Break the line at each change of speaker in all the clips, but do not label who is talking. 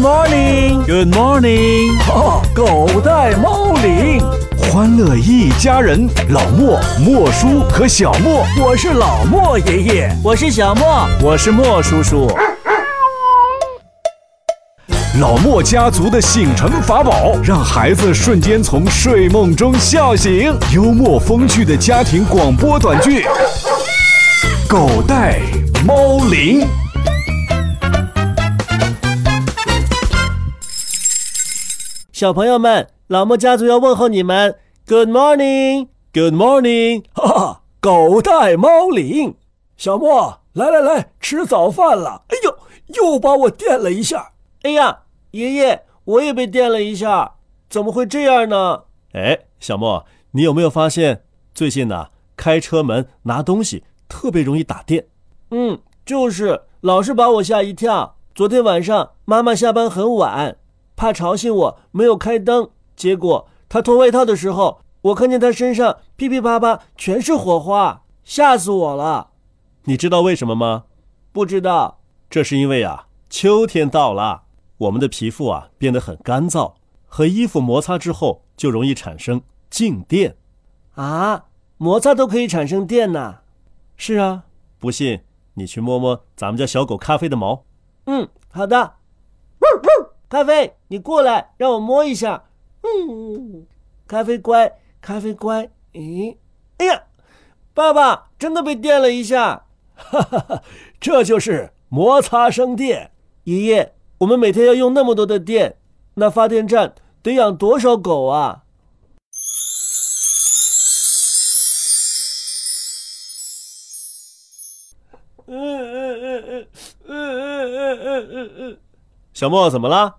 morning, Good morning。哦，狗带猫铃，
欢乐一家人，老莫、莫叔和小莫，
我是老莫爷爷，
我是小莫，
我是莫叔叔。
老莫家族的醒神法宝，让孩子瞬间从睡梦中笑醒。幽默风趣的家庭广播短剧，《狗带猫铃》。
小朋友们，老莫家族要问候你们，Good morning，Good
Good morning，哈哈，狗带猫铃。小莫，来来来，吃早饭了。哎呦，又把我电了一下。
哎呀，爷爷，我也被电了一下，怎么会这样呢？
哎，小莫，你有没有发现最近呢、开车门拿东西特别容易打电？
嗯，就是老是把我吓一跳。昨天晚上妈妈下班很晚，怕吵醒我，没有开灯。结果她脱外套的时候，我看见她身上噼噼啪啪全是火花，吓死我了。
你知道为什么吗？
不知道，
这是因为啊，秋天到了，我们的皮肤啊变得很干燥，和衣服摩擦之后就容易产生静电。
啊，摩擦都可以产生电呐、
是啊，不信你去摸摸咱们家小狗咖啡的毛。
嗯，好的。咖啡，你过来，让我摸一下。嗯，咖啡乖，咖啡乖。咦，哎呀，爸爸真的被电了一下。
这就是摩擦生电。
爷爷，我们每天要用那么多的电，那发电站得养多少狗啊？嗯嗯嗯嗯嗯嗯嗯嗯嗯，
小莫怎么了？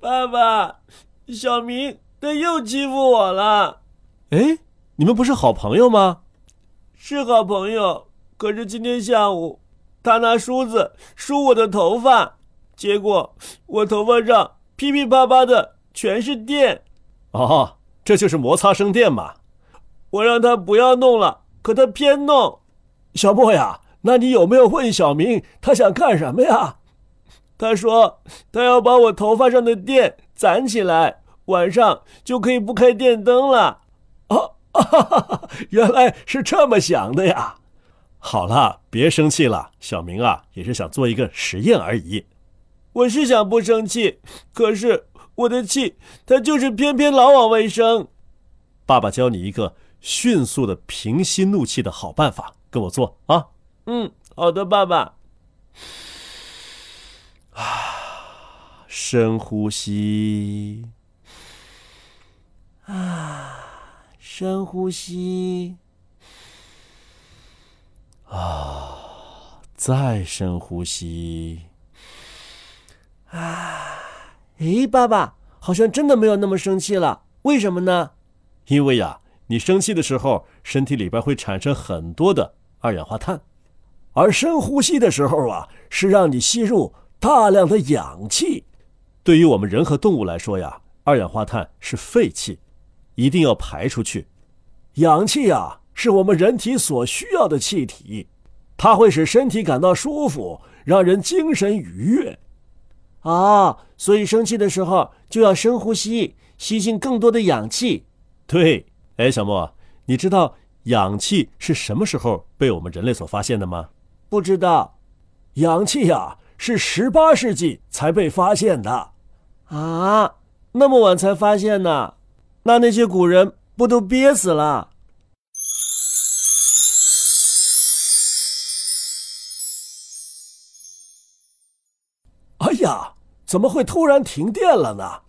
爸爸，小明他又欺负我了。
哎，你们不是好朋友吗？
是好朋友，可是今天下午，他拿梳子梳我的头发，结果我头发上噼噼啪啪的全是电。
哦，这就是摩擦生电嘛。
我让他不要弄了，可他偏弄。
小莫呀，那你有没有问小明他想干什么呀？
他说他要把我头发上的电攒起来，晚上就可以不开电灯了。
哦 原来是这么想的呀。好了，别生气了，小明啊，也是想做一个实验而已。
我是想不生气，可是我的气他就是偏偏老往外生。
爸爸教你一个迅速的平息怒气的好办法，跟我做啊。
嗯，好的，爸爸。
啊深呼吸，啊
深呼吸，
再深呼吸。
诶，爸爸好像真的没有那么生气了，为什么呢？
因为呀、你生气的时候，身体里边会产生很多的二氧化碳，而深呼吸的时候啊，是让你吸入大量的氧气。对于我们人和动物来说呀，二氧化碳是废气，一定要排出去。氧气啊，是我们人体所需要的气体，它会使身体感到舒服，让人精神愉悦。
啊，所以生气的时候就要深呼吸，吸进更多的氧气。
对，哎，小莫，你知道氧气是什么时候被我们人类所发现的吗？
不知道
氧气呀、是十八世纪才被发现的。
啊，那么晚才发现呢，那那些古人不都憋死了？
哎呀，怎么会突然停电了呢？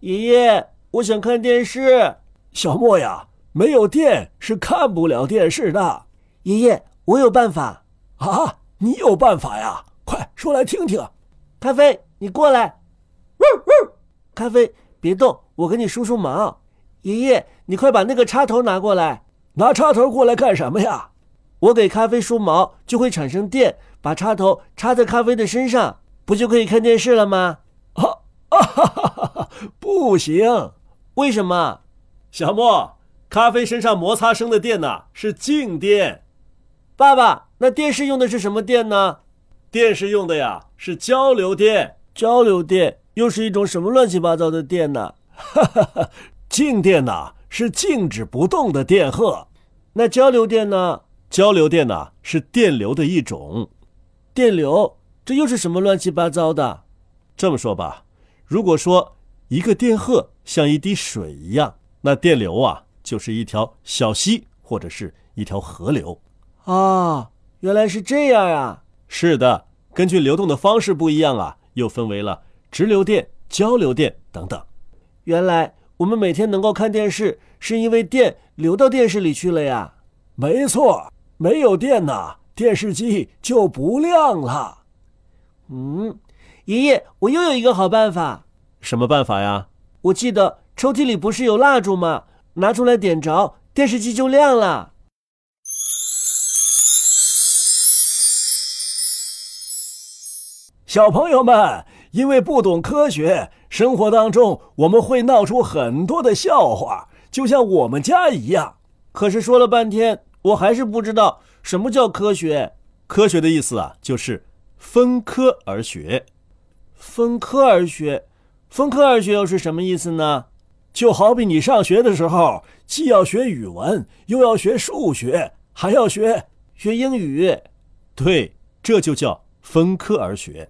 爷爷，我想看电视。
小莫呀，没有电是看不了电视的
爷爷，我有办法。
啊！你有办法呀？快说来听听。
咖啡，你过来。咖啡，别动，我给你梳梳毛。爷爷，你快把那个插头拿过来，
拿插头过来干什么呀？
我给咖啡梳毛就会产生电，把插头插在咖啡的身上，不就可以看电视了吗？
不行，
为什么？
小莫，咖啡身上摩擦生的电呐、是静电，
爸爸，那电视用的是什么电呢？
电是用的呀是交流电。
交流电又是一种什么乱七八糟的电呢？
哈哈哈， 静电呐、是静止不动的电荷，
那交流电呢？
交流电呐、是电流的一种。
电流，这又是什么乱七八糟的？
这么说吧，如果说一个电荷像一滴水一样，那电流啊就是一条小溪或者是一条河流。
啊，原来是这样啊！
是的，根据流动的方式不一样啊，又分为了直流电、交流电等等。
原来我们每天能够看电视，是因为电流到电视里去了呀。
没错，没有电呐、电视机就不亮了。
嗯，爷爷，我又有一个好办法。
什么办法呀？
我记得抽屉里不是有蜡烛吗？拿出来点着，电视机就亮了。
小朋友们，因为不懂科学，生活当中我们会闹出很多的笑话，就像我们家一样。
可是说了半天，我还是不知道什么叫科学。
科学的意思啊，就是分科而学。
分科而学，分科而学又是什么意思呢？
就好比你上学的时候，既要学语文，又要学数学，还要学……
学英语
对，这就叫分科而学。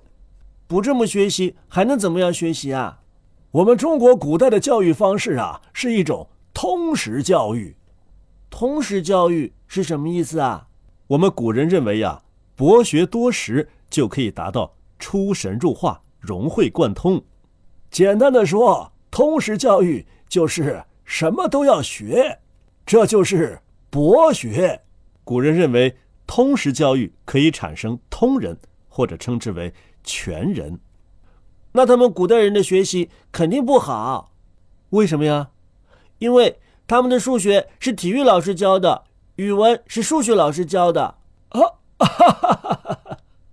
不这么学习，还能怎么样学习啊？
我们中国古代的教育方式啊，是一种通识教育。
通识教育是什么意思啊？
我们古人认为呀、博学多识就可以达到出神入化、融会贯通。简单的说，通识教育就是什么都要学，这就是博学。古人认为，通识教育可以产生通人，或者称之为全人。
那他们古代人的学习肯定不好，
为什么呀？
因为他们的数学是体育老师教的，语文是数学老师教的。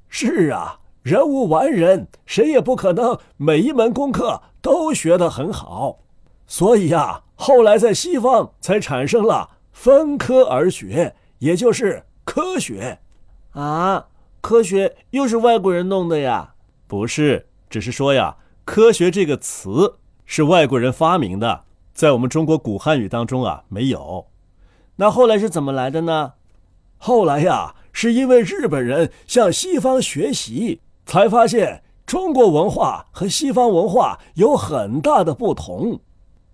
是啊，人无完人，谁也不可能每一门功课都学得很好。所以呀、啊后来在西方才产生了分科而学，也就是科学。
啊，科学又是外国人弄的呀！
不是，只是说呀，科学这个词是外国人发明的，在我们中国古汉语当中啊没有。
那后来是怎么来的呢？
后来呀，是因为日本人向西方学习，才发现中国文化和西方文化有很大的不同。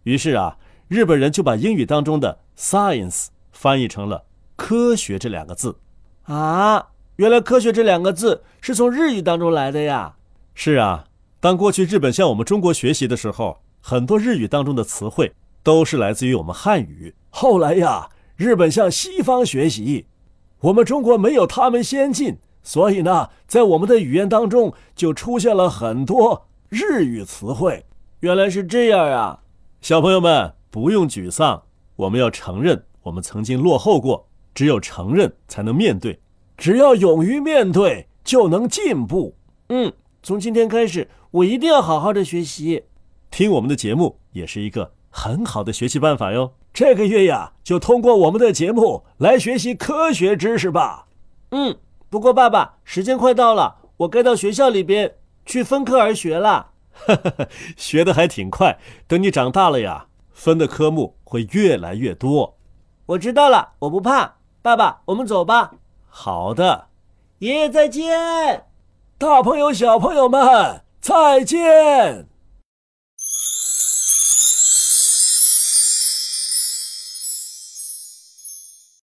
于是啊，日本人就把英语当中的 science 翻译成了科学这两个字。
啊，原来“科学”这两个字是从日语当中来的呀！
是啊，当过去日本向我们中国学习的时候，很多日语当中的词汇都是来自于我们汉语。后来呀，日本向西方学习，我们中国没有他们先进，所以呢，在我们的语言当中就出现了很多日语词汇。
原来是这样啊！
小朋友们不用沮丧，我们要承认我们曾经落后过，只有承认才能面对，只要勇于面对就能进步。
嗯，从今天开始，我一定要好好的学习。
听我们的节目也是一个很好的学习办法哟。这个月呀，就通过我们的节目来学习科学知识吧。
嗯，不过爸爸，时间快到了，我该到学校里边去分科而学了。
学得还挺快，等你长大了呀，分的科目会越来越多。
我知道了，我不怕。爸爸，我们走吧。
好的，
爷爷再见。
大朋友、小朋友们，再见。